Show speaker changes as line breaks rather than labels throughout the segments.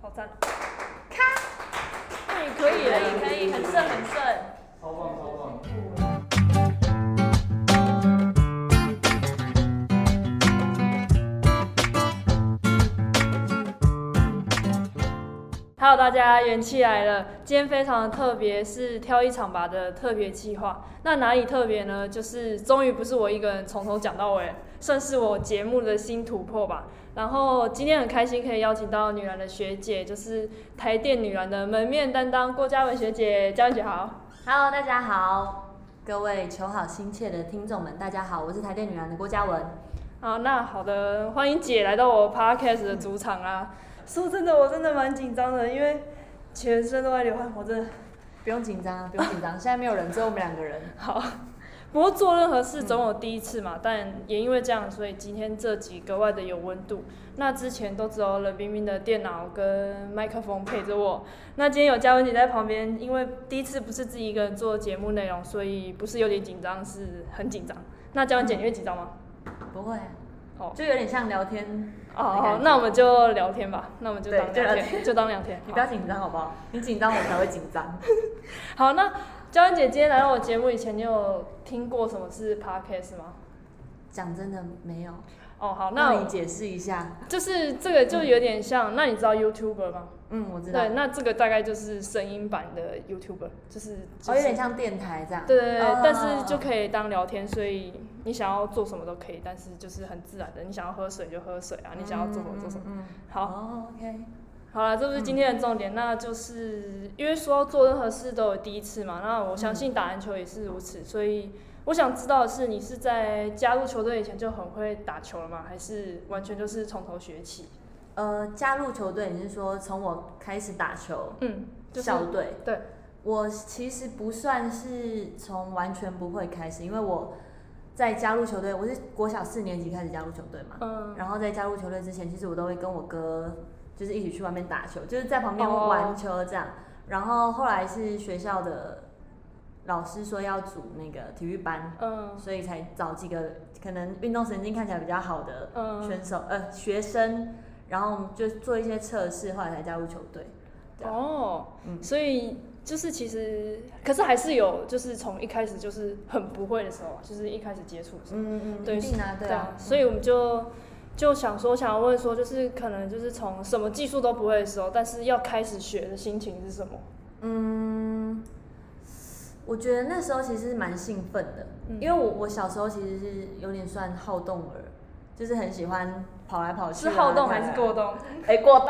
好赞哦！
那哎你可以
可
了
以可以，很顺很顺。
超棒超棒！
Hello，大家元气来了！今天非常的特别，是挑一场吧的特别计划。那哪里特别呢？就是终于不是我一个人从头讲到尾，算是我节目的新突破吧。然后今天很开心可以邀请到女篮的学姐，就是台电女篮的门面担当郭嘉文学姐，嘉文姐好。
Hello，大家好，各位求好心切的听众们，大家好，我是台电女篮的郭嘉文。
好，那好的，欢迎姐来到我 podcast 的主场啊。
说真的，我真的蛮紧张的，因为全身都在流汗，我真的
不用紧张，啊不用紧张，现 在没有人，只有我们两个人。
好，不过做任何事总有第一次嘛，但也因为这样，所以今天这集格外的有温度。那之前都只有冷冰冰的电脑跟麦克风陪着我，那今天有嘉文姐在旁边，因为第一次不是自己一个人做节目内容，所以不是有点紧张，是很紧张。那嘉文姐，你会紧张吗？
不会啊，
哦
就有点像聊天，
哦，
没感
好
觉
那我们就聊天吧，那我们就
对
当
就
聊
聊
天， 就当聊天。好
你不要紧张好不好？你紧张我才会紧张。
好，那嘉文姐今天来到我节目以前，你有听过什么是 podcast 吗？
讲真的没有，
哦，好，那
那你
我
解释一下。
就是这个就有点像，那你知道 YouTuber 吗？
嗯，我知道
对，，那这个大概就是声音版的 YouTuber，就是就
哦，有点
是。
像电台这样。
对对对
哦，
但是就可以当聊天，所以你想要做什么都可以，但是就是很自然的，你想要喝水就喝水啊，你想要做什么做什么。
嗯，嗯
好，
哦，OK，
好了，这不是今天的重点，那就是因为说做任何事都有第一次嘛，那我相信打篮球也是如此，所以我想知道的是，你是在加入球队以前就很会打球了吗？还是完全就是从头学起？
呃，加入球队，你是说从我开始打球，
嗯，就是
校队？
对，
我其实不算是从完全不会开始，因为我在加入球队，我是国小四年级开始加入球队嘛，
嗯，
然后在加入球队之前，其实我都会跟我哥就是一起去外面打球，就是在旁边
哦
玩球这样。然后后来是学校的老师说要组那个体育班，
嗯
所以才找几个可能运动神经看起来比较好的
嗯，
选手呃学生，然后我们就做一些测试，后来才加入球队。这样
哦，
嗯
所以就是其实，可是还是有，就是从一开始就是很不会的时候，就是一开始接触的时候，
嗯嗯
对
一定啊，对啊，
所以我们就就想说，想要问说，就是可能就是从什么技术都不会的时候，但是要开始学的心情是什么？
嗯，我觉得那时候其实蛮兴奋的，
嗯
因为我我小时候其实是有点算好动儿，就是很喜欢跑来跑去、
是
啊。
好动
跳来
还是过动？
哎、过动，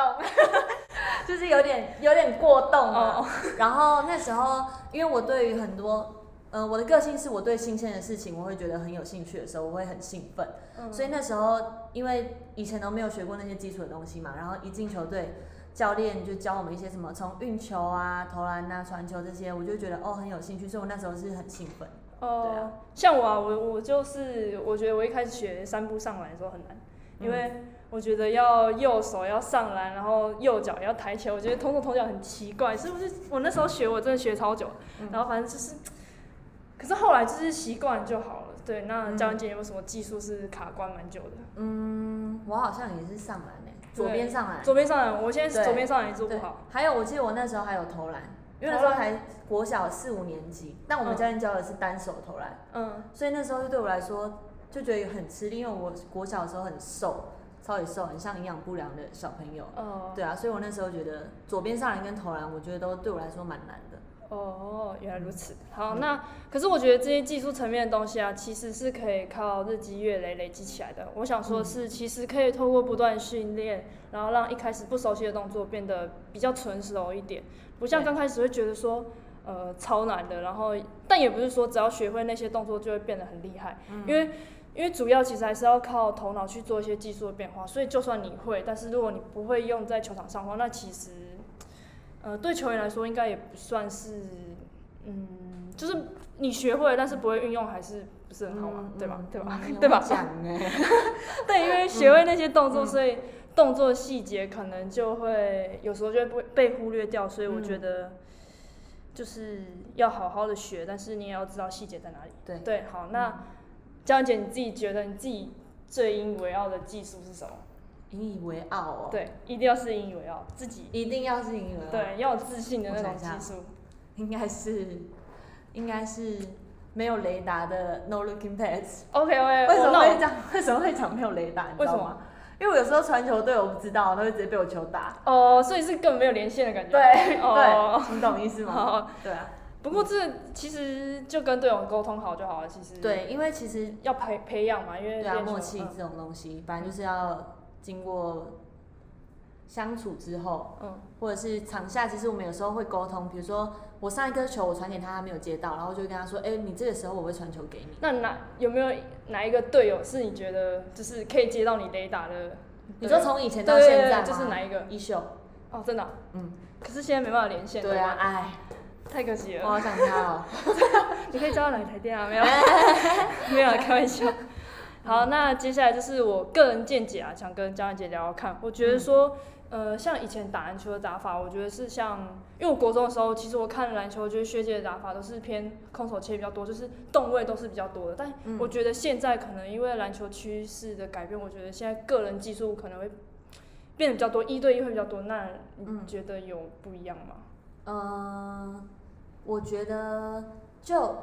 就是有点有点过动啊。
哦，
然后那时候，因为我对于很多，呃，我的个性是我对新鲜的事情我会觉得很有兴趣的时候，我会很兴奋。
嗯
所以那时候，因为以前都没有学过那些基础的东西嘛，然后一进球队，教练就教我们一些什么从运球啊、投篮啊、传球这些，我就觉得哦很有兴趣，所以我那时候是很兴奋。对
哦
啊，
像我啊，我我就是我觉得我一开始学三步上篮的时候很难，因为我觉得要右手要上篮，然后右脚也要抬起来，我觉得同手同脚很奇怪，是不是？我那时候学我真的学超久，
嗯
然后反正就是，可是后来就是习惯就好了。对，那
嗯
教练姐有没有什么技术是卡关蛮久的？
嗯，我好像也是上篮诶、左
对
边上篮，
左边上篮，我现在是
对
左边上篮也做不
对
好。，
还有我记得我那时候还有投篮，因为那时候还国小四五年级，但我们
嗯
教练教的是单手投篮。
嗯，
所以那时候就对我来说就觉得很吃力，因为我国小的时候很瘦，超级瘦，很像营养不良的小朋友。
哦，
对啊，所以我那时候觉得左边上篮跟投篮，我觉得都对我来说蛮难的。
哦，原来如此。好，
嗯
那可是我觉得这些技术层面的东西啊，其实是可以靠日积月累累积起来的。我想说的是，其实可以透过不断训练，然后让一开始不熟悉的动作变得比较纯熟一点，不像
对
刚开始会觉得说。呃，超难的，然后但也不是说只要学会那些动作就会变得很厉害，
嗯
因为因为主要其实还是要靠头脑去做一些技术的变化，所以就算你会，但是如果你不会用在球场上的话，那其实呃，对球员来说应该也不算是，嗯，就是你学会了，但是不会运用，还是不是很好嘛，
嗯
对吧？
嗯
对吧？
嗯
对吧
有讲哎，
对，因为学
嗯
会那些动作，所以动作细节可能就会有时候就会被被忽略掉，所以我觉
嗯
得就是要好好的学，但是你也要知道细节在哪里。
对
对，
嗯
好，那江姐你自己觉得你自己最引以为傲的技术是什么？
引以为傲哦。，
对，一定要是引以为傲，自己
一定要是引以为傲。，
对要有自信的那
我
种技
想一下
术。
应该是，应该是没有雷达的 no looking pads。
OK OK，
为什么会
那
这样？为什么会讲没有雷达？你知
呃为什
道吗？因为我有时候传球队我不知道，他会直接被我球打。
哦、所以是更没有连线的感觉。
对
哦
对，你懂意思 吗？
好，
对啊，
不过这其实就跟队友沟通好就好了。其实
对，因为其实
要培培养嘛，因嗯为嗯
对啊，
练球
默契这种东西，反正就是要经过相处之后，
嗯
或者是场下，其实我们有时候会沟通，比如说我上一个球我传给他，他没有接到，然后我就会跟他说，哎、你这个时候我会传球给你。
那哪有没有哪一个队友是你觉得就是可以接到你雷达的？
你说从以前
对
到
对
现在
对，就是哪一个？
一秀，
哦，真的啊、
嗯，
可是现在没办法连线，
对啊，
吧，
哎，
太可惜
我
了。
好想他哦。
你可以叫他来台电啊，没 有，没有啊，开玩笑。好，那接下来就是我个人见解啊，想跟江兰姐聊聊看。我觉得说，
嗯
呃，像以前打篮球的打法，我觉得是像，因为我国中的时候，其实我看篮球，我觉得学姐的打法都是偏空手切比较多，就是动位都是比较多的。但
嗯
我觉得现在可能因为篮球趋势的改变，我觉得现在个人技术可能会变得比较多，一对一会比较多。那你
嗯
觉得有不一样吗？
嗯，我觉得就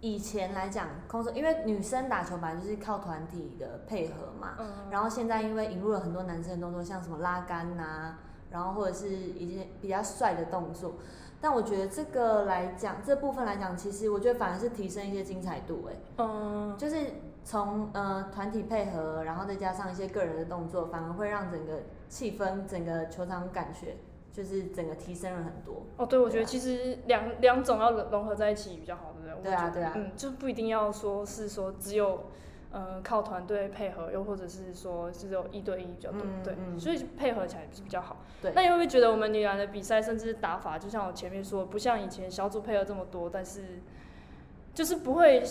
以前来讲，空手，因为女生打球本来就是靠团体的配合嘛，
嗯，
然后现在因为引入了很多男生的动作，像什么拉杆呐、啊然后或者是一些比较帅的动作，但我觉得这个来讲，这部分来讲，其实我觉得反而是提升一些精彩度、欸，
嗯，
就是从呃团体配合，然后再加上一些个人的动作，反而会让整个气氛、整个球场感觉就是整个提升了很多。
哦，对，我觉
对
得
啊
其实两两种要融合在一起比较好，对不对？我
对啊
觉得
对啊
嗯，就不一定要说是说只有，呃，靠团队配合，又或者是说只有一对一比较多，
嗯
对，
嗯
所以配合起来是比较好。
对
那你会不会觉得我们女篮的比赛甚至打法，就像我前面说，不像以前小组配合这么多，但是就是不会。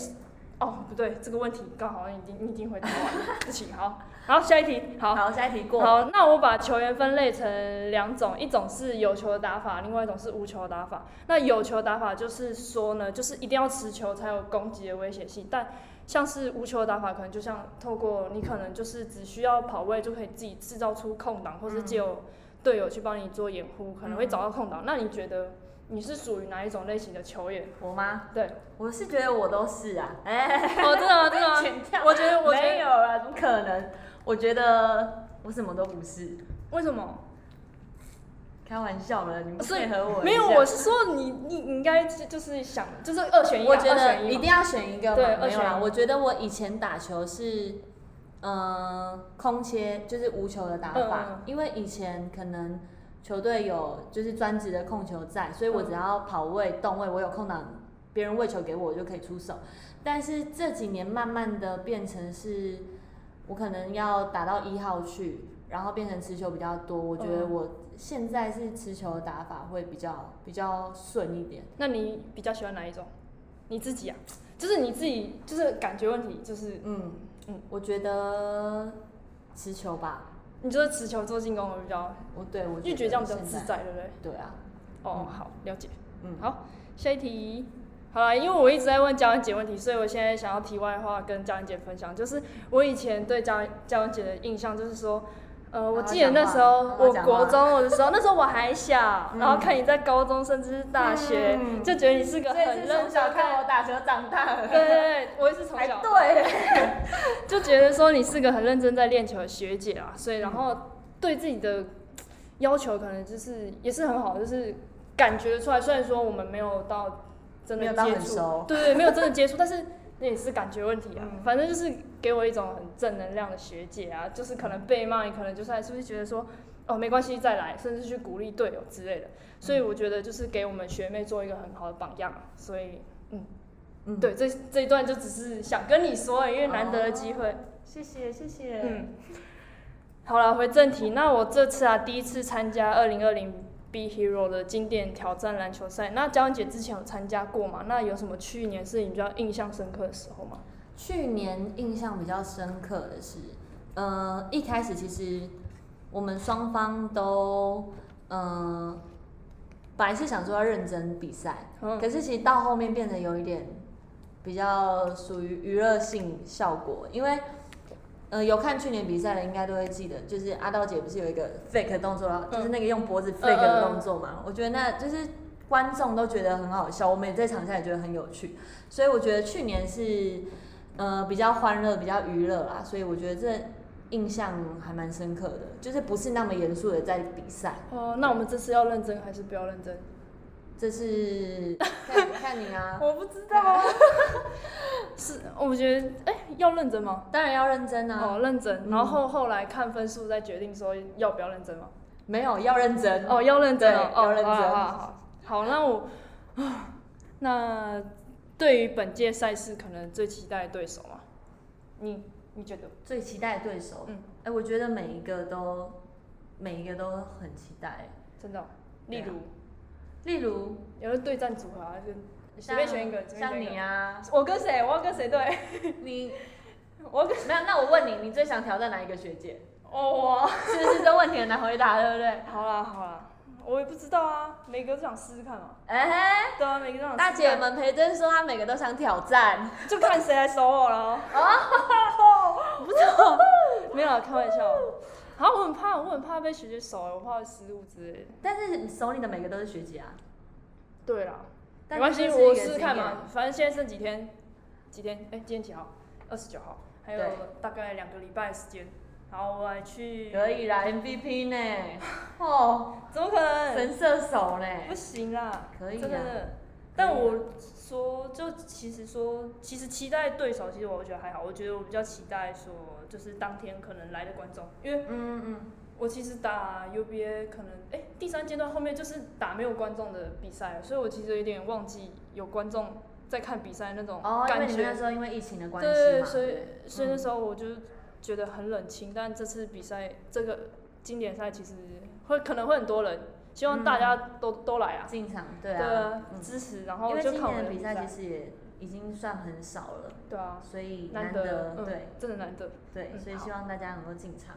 哦，不对，这个问题刚好你已经你已经回答完了，不行，好，好，下一题，好，
好，下一题过。
好，那我把球员分类成两种，一种是有球的打法，另外一种是无球的打法。那有球打法就是说呢，就是一定要持球才有攻击的威胁性，但像是无球的打法，可能就像透过你可能就是只需要跑位就可以自己制造出空档，或是
嗯
借由队友去帮你做掩护，可能会找到空档。那你觉得你是属于哪一种类型的球员？
我吗？
对，
我是觉得我都是啊，哎、
哦，真的吗？真的吗？
剪掉
我觉得，我觉
没有
得
啦，怎么可能？我觉得我什么都不是，
为什么？
开玩笑了，你们
所以
配合我一下
没有，我是说你你你应该就是想就是二选一啊，
我觉
二
得
选一
一
嘛
定要选一个嘛，
对二
没有啦
选。一
我觉得我以前打球是，呃，空切就是无球的打法，
嗯嗯
因为以前可能球队有就是专职的控球在，所以我只要跑位、动位，我有空档，别人喂球给我，我就可以出手。但是这几年慢慢的变成是，我可能要打到一号去，然后变成持球比较多。我觉得
嗯
我现在是持球的打法会比较比较顺一点。
那你比较喜欢哪一种？你自己啊，就是你自己就是感觉问题，就是
嗯
嗯，
我觉得持球吧，
你就是持球做进攻会比较，
我对我
因为觉得这样比较
现
自在，
在。
对不对？
对啊，
哦
嗯，
好，了解。
嗯，
好，下一题。好啦，因为我一直在问嘉文姐问题，所以我现在想要题外话跟嘉文姐分享，就是我以前对嘉嘉文姐的印象就是说，呃，我记得那时候
嗯好好
我
讲话
国中我的时候，那时候我还小，
嗯
然后看你在高中甚至是大学，
嗯
就觉得你是个很认真的
打球长大
对对，对，我也是从小
对，
就觉得说你是个很认真在练球的学姐啊，所以然后对自己的嘖要求可能就是也是很好，就是感觉得出来。虽然说我们没有到真
没
的
有到
接
很
触，
熟，
对对，没有真的接触，但是那也是感觉问题啊。
哦嗯
反正就是给我一种很正能量的学姐啊，就是可能被骂，你可能就是还是会觉得说，哦没关系再来，甚至去鼓励队友之类的。所以我觉得就是给我们学妹做一个很好的榜样啊，所以。
嗯，
对，这这一段就只是想跟你说而已，因为难得的机会。
谢谢谢谢
嗯，好了，回正题。那我这次啊，第一次参加二零二零 B Hero 的经典挑战篮球赛。那娇恩姐之前有参加过嘛？那有什么去年是你比较印象深刻的时候吗？
去年印象比较深刻的是，呃，一开始其实我们双方都，呃，本来是想说要认真比赛，
嗯，
可是其实到后面变得有一点比较属于娱乐性效果，因为嗯、呃，有看去年比赛的应该都会记得，就是阿道姐不是有一个 fake 的动作啦，就是那个用脖子 fake 的动作嘛，我觉得那就是观众都觉得很好笑，我们也在场下也觉得很有趣，所以我觉得去年是呃比较欢乐、比较娱乐啦，所以我觉得这印象还蛮深刻的，就是不是那么严肃的在比赛，
哦，那我们这次要认真还是不要认真？
这 是看看你啊，
我不知道啊。 是，我觉得，哎、要认真吗？
当然要认真啊，
哦，认真，然后后来看分数再决定说要不要认真吗？
没有要认真，
哦，要认真
对
哦，哦
要认真
好好好好好，那我，啊那对于本届赛事可能最期待的对手嘛，你你觉得？
最期待的对手，
嗯
哎、我觉得每一个都每一个都很期待，
真的哦、例如、
例如
有的对战组合啊，就随便选一个，随便
像
选一个
你。啊，
我跟谁？我要跟谁对？
你
我跟
没有？那我问你，你最想挑战哪一个学姐？
哦我。
是不是这问题很难回答，对不 对？
好啦好啦，我也不知道啊，每个都想试试看嘛。
哎、
对啊，每个都想试试看。
大姐们培珍说她每个都想挑战，
就看谁来守我了哦。
不错，
没有啦，开玩笑。好，我很怕，我很怕被学姐守，我怕失误之类的。
但是你手里的每个都是学姐啊，
对啦，
但
没关系，
这就是一
我
个
试试看
经验
嘛。。反正现在剩几天，几天？哎、今天几号？二十九号，还有
对
大概两个礼拜的时间。好，我来去。
可以啦，MVP 呢？哦，
怎么可能？
神射手呢？
不行啦，
可以啊
真
啦
的。但我
啊
说，就其实说，其实期待对手，其实我觉得还好。我觉得我比较期待说，就是当天可能来的观众，因为
嗯嗯，
我其实打 UBA 可能哎、诶第三阶段后面就是打没有观众的比赛了，所以我其实有点忘记有观众在看比赛那种
哦，因为
感
你们
觉。
那时候因为疫情的关系嘛，
对，所以所以
嗯
那时候我就觉得很冷清，但这次比赛这个经典赛其实会可能会很多人，希望大家都、都来啊，
进场嗯对啊，
对啊
嗯
支持，然后
因为
就
今
看我
年
们
的比
赛
赛其实也已经算很少了，
对啊，
所以
难
得
得，嗯
对，
真的难得。
对，
嗯
所以
好
希望大家能够进场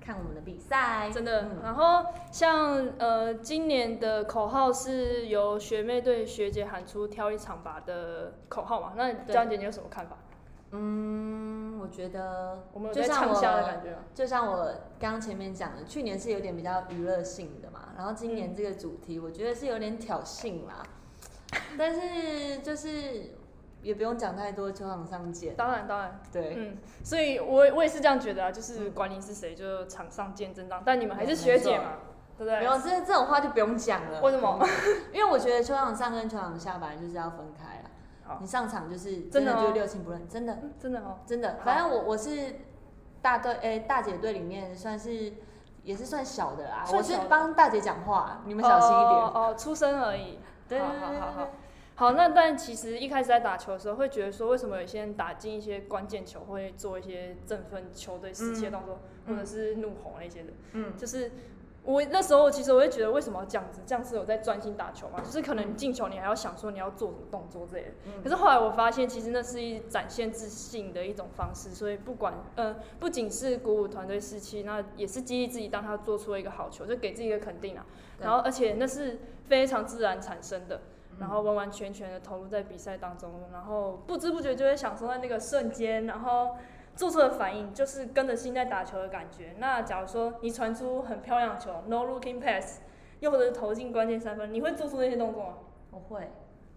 看我们的比赛。
真的
嗯。
然后像呃，今年的口号是由学妹对学姐喊出“挑一场吧”的口号嘛？那江姐你有什么看法？
嗯，我觉得
我们有
就
在
像
畅
我
销的感觉 吗？
就像我刚刚前面讲的，去年是有点比较娱乐性的嘛，然后今
嗯
年这个主题我觉得是有点挑衅啦，但是就是也不用讲太多，球场上见。
当然，当然，
对，
嗯，所以我也我也是这样觉得啊，就是管你是谁，就场上见真章。但你们还是学姐嘛，对不
没
对？
有这这种话就不用讲了。
为什么？
因为我觉得球场上跟球场下本来就是要分开啦
好。
你上场就是
哦真
真
的
的
哦
就六亲不认，真的
真的哦，
真的。
好
反正我我是大队诶、大姐队里面算是也是算小的啦，
算
我
小
是
的
帮大姐讲话，你们小心一点
哦。哦，出生而已。
对
好
对
好
对
好
对
好。好，那但其实一开始在打球的时候，会觉得说，为什么有些人打进一些关键球会做一些振奋球队士气的动作，
嗯
或者是怒吼那些的？
嗯，
就是我那时候其实我会觉得，为什么要这样子？这样是有在专心打球嘛？就是可能你进球，你还要想说你要做什么动作之类的。可
嗯
是后来我发现，其实那是一展现自信的一种方式，所以不管呃，不仅是鼓舞团队士气，那也是激励自己，当他做出了一个好球，就给自己一个肯定啊。
对
然后而且那是非常自然产生的，
嗯
然后完完全全的投入在比赛当中，然后不知不觉就会享受在那个瞬间，然后。做出的反应就是跟着心在打球的感觉。那假如说你传出很漂亮的球，no looking pass，又或者是投进关键三分，你会做出那些动作吗？
我会。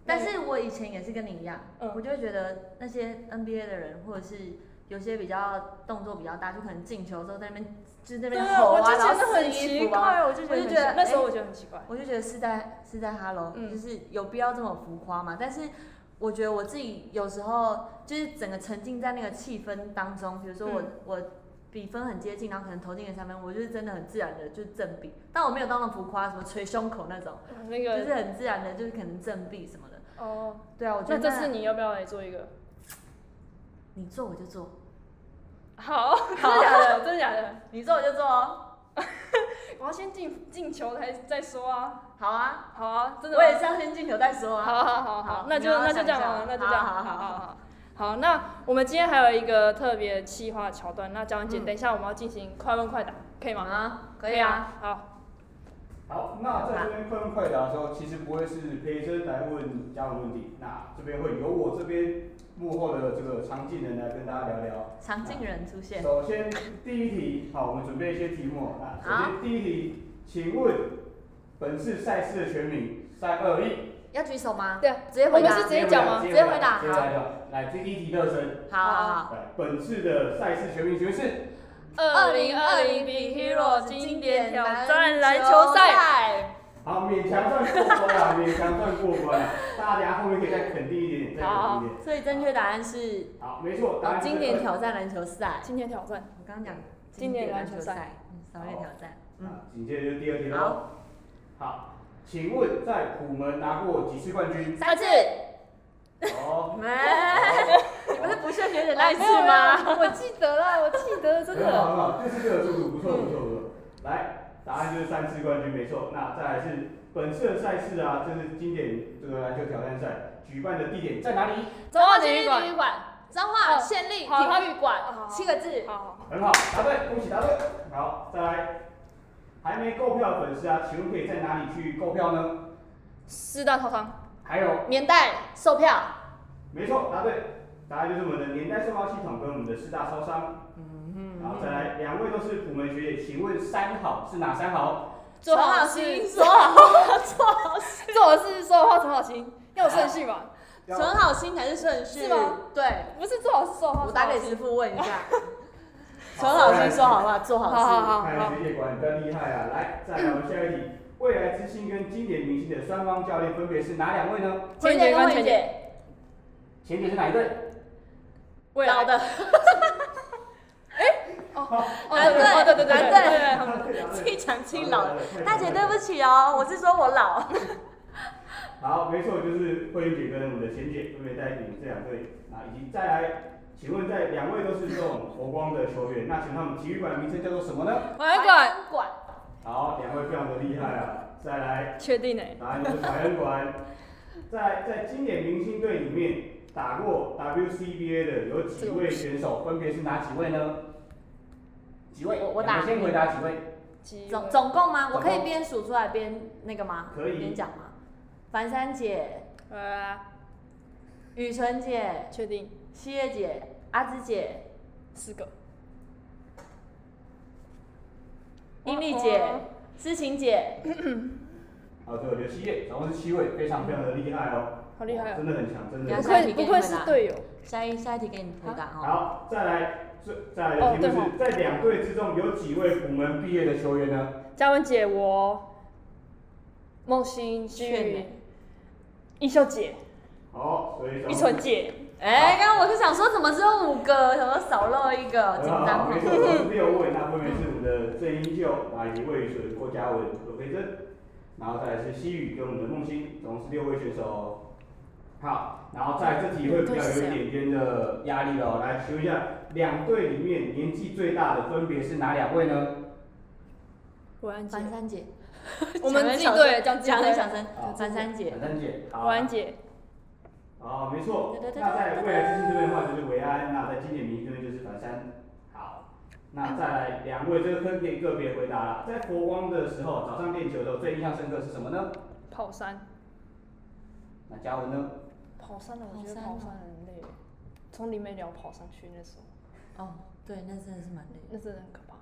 但是我以前也是跟你一样，
嗯
我就会觉得那些 NBA 的人，或者是有些比较动作比较大，就可能进球之后在那边就是那
对
边
啊，
吼
我
啊，
就
然
觉
后
得很
撕衣
奇
服啊，
怪，我就觉
我
得
就
很奇
觉得
怪那时候
哎
我觉得很奇怪。
我就觉得是在是在 hello，、
嗯
就是有必要这么浮夸吗？但是我觉得我自己有时候就是整个沉浸在那个气氛当中，比如说我、
嗯
我比分很接近，然后可能投进个三分，我就是真的很自然的就正比，但我没有到那么浮夸，什么捶胸口那种，
那
嗯就
个
是很自然的，就是可能正比什么的。
哦，
对啊，我觉
那
得
这次你要不要来做一个？
你做我就做，
好，啊真的假的？真的假的？
你做我就做哦，
我要先进进球才再说啊。
好啊，
好啊，真的
我
吗。
也是要先进球再说
好
啊。
好好好
好
那就
你要
那就
想
这样
一下
吧，那就这样。
好好好
好好。好，那我们今天还有一个特别企划的桥段，那蒋姐，
嗯
等一下我们要进行快问快答，可以吗？
啊，可以啊，。
好，
好，那在这边快问快答的时候，其实不会是培生来问家长问题，那这边会由我这边幕后的这个常技能来跟大家聊聊。
常进人出现。
首先第一题，好，我们准备一些题目啊。首先第一题，请问本次赛事的全名？三二一，哎
要举手吗？
对啊，
直接回答
我们是直接讲吗
直接回答
直接来吧。来，第一题热身。
好
啊
好好。啊
来，本次的赛事全名请问是？
二零二零 Big Hero 经典挑战篮球赛，
赛。
好，勉强算过关了，勉强算过关了。大家后面可以再肯定一点，再肯定一点。
所以正确答案是哦
好，没错，答案是
经典挑战篮球赛。
经典挑战。
我刚刚讲
经典篮球赛
赛，嗯少一点挑战。嗯，
啊，紧接着就第二题喽。好，请问在虎门拿过几次 冠军？
三次。
哦，
喂，你不是不屑学姐那一次
啊没
吗？
有？没有我记得啦，我记得真
很好
的。
很好，这次这个速度不错不错不错。
嗯
来，答案就是三次冠军，没错。那再来是本次的赛事啊，这是经典这个篮球挑战赛举办的地点在哪里？
中华体育馆
体育馆，哦彰化县立体
好好
育馆
好好
七个字。
好好，
很好，答对，恭喜答对。好，再来，还没购票的粉丝啊，请问可以在哪里去购票呢？
四大超商，
还有，
年代售票。
没错，答对，答案就是我们的年代售票系统跟我们的四大超商。嗯然后再来，两位都是普门学姐，请问三好是哪三好？
做好事，
说好
做好事，说好话，存好心，要有顺序吧？
要
存好心才是顺序，
是吗？
对，
不是做好事，说好话。
我打给师傅问一下。存好心，说好话，做
好
好
好
事。
好
看
好
来。学姐果然比较厉害啊！来，再来我们下一题，未来之星跟经典明星的双方教练分别是哪两位呢？
前姐跟前姐，
姐，
前姐是哪一队？
未来
老的
哦对哦对对对对
男队
对，他们
答对答
自
对
己讲自己 老的。
答对
大姐对不起哦，我是说我老。
好，没错，就是慧英姐跟我们的贤姐分别带领这两队啊，以及再来，请问在两位都是这种佛光的球员，那请问他们体育馆的名称叫做什么呢？
我还管，
管，
好，两位非常的厉害啊！再来，
确定哎，
答案就是白恩馆。在在经典明星队里面打过 WCBA 的有几位选手，分别是哪几位呢？几位？
我我
两
打
个先回答几位？
几
总总共吗？我可
总
以
共
边数出来边那个吗？
可以
边讲吗？樊珊姐、
呃，
雨纯姐、
确定
七叶姐、阿芝姐、
四个。
英丽姐、诗晴姐，
好，最后哦有七位，总共是七位，非常非常的厉害哦，
好厉害哦！
真的很强，真的
你要
很
不
下
强。
一题
愧
给
不
你
愧
们啦
是队友，
下一下一题给你回答哦。
好，再来，最再来的题目
哦
是在两队之中有几位虎门毕业的球员呢？
嘉文姐我，梦欣
劝
剧
欸，
一秀姐，
哦，所以
一纯姐，
哎，刚刚我是想说，怎么只有五个，怎么少漏一个？紧
很好，
张
没
哦。
错，我是六位，那分别是我们的郑英秀，啊，以及魏水、郭嘉文、何培珍，然后再来是西宇跟我们的梦欣，总共是六位选手哦。好，然后在这题会比较有一点点的压力哦。来，请问一下，两队里面年纪最大的分别是哪两位呢？
文安姐，
樊珊姐，
我们自己
讲得
队
很小声讲
讲
很
很
小
小
声
好，
樊珊姐。
反正姐，好
文，安姐，
哦，没错。那在未来之星这边的话就是维安，那在经典明星这边就是樊山。好，那再来两位，这个分别个别回答啦。在佛光的时候，早上练球的时候最印象深刻是什么呢？
跑山，
那嘉文呢？
跑山了，啊我觉得
跑山哦
跑山很累，从林美寮跑上去那时候，
哦，对，那真的是蛮累的。
那真的很可怕。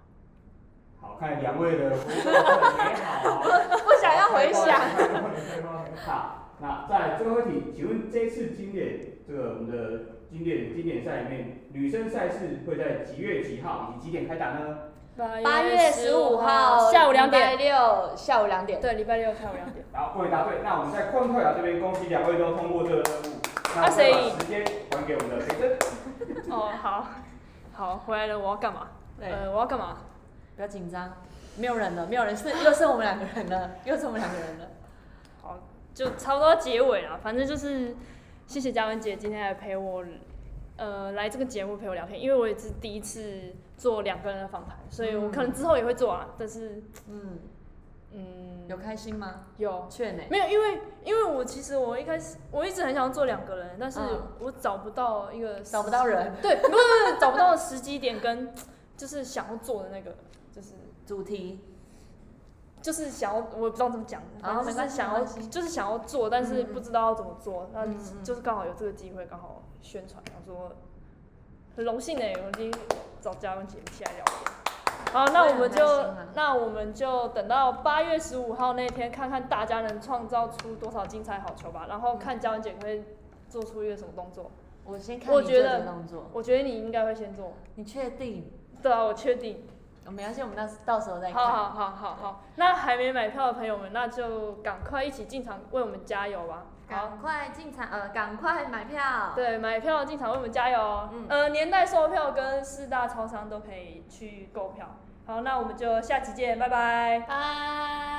好，看来两位的回答都很美好啊。
不想要回想。
好，那在最后一题，请问这次经典这个我们的经典经典赛里面，女生赛事会在几月几号以及几点开打呢？
八月十五号
下午两
礼拜
点，
六下午两点。
对，礼拜六下午两点。
好，各位答对。那我们在困快啊这边恭喜两位都通过这个任务。那
啊
我
谁
们把时间还给我们的培珍。
哦，好，好，回来了，我要干嘛？
对，
呃，我要干嘛？
不要紧张，没有人了，没有人，是又剩我们两个人了， 又剩我们两个人了。
好，就差不多要结尾了。反正就是谢谢嘉文姐今天来陪我，呃，来这个节目陪我聊天，因为我也是第一次做两个人的访谈，所以我可能之后也会做啊。但是，
嗯，
嗯，
有开心吗？
有
劝呢、
没有？因为因为我其实我一开始我一直很想要做两个人，但是
嗯
我找不到一个
找不到人，
对，不不不不，找不到时机点跟就是想要做的那个，就是
主题
就是想要，我也不知道怎么讲，
好
然后就
哦没关
是
系
想要
没关系，
就是想要做，但是
嗯嗯
不知道要怎么做，那
嗯嗯
就是刚好有这个机会，刚好宣传，想说很荣幸呢，我今天找嘉文姐一起来聊天。好，那
我也
我们
很
就
开心啊
那我们就等到八月十五号那天，看看大家能创造出多少精彩好球吧，然后
嗯
看嘉文姐会做出一个什么动作。
我先
我
看你
觉
做
得
这个动作，
我觉得你应该会先做，
你确定？
对啊，我确定。
哦没关系，我们到到时候再看。
好好好好好，那还没买票的朋友们，那就赶快一起进场为我们加油吧！好，
赶快进场，呃，赶快买票。
对，买票进场为我们加油哦。
嗯
呃，年代售票跟四大超商都可以去购票。好，那我们就下期见，拜拜。
拜。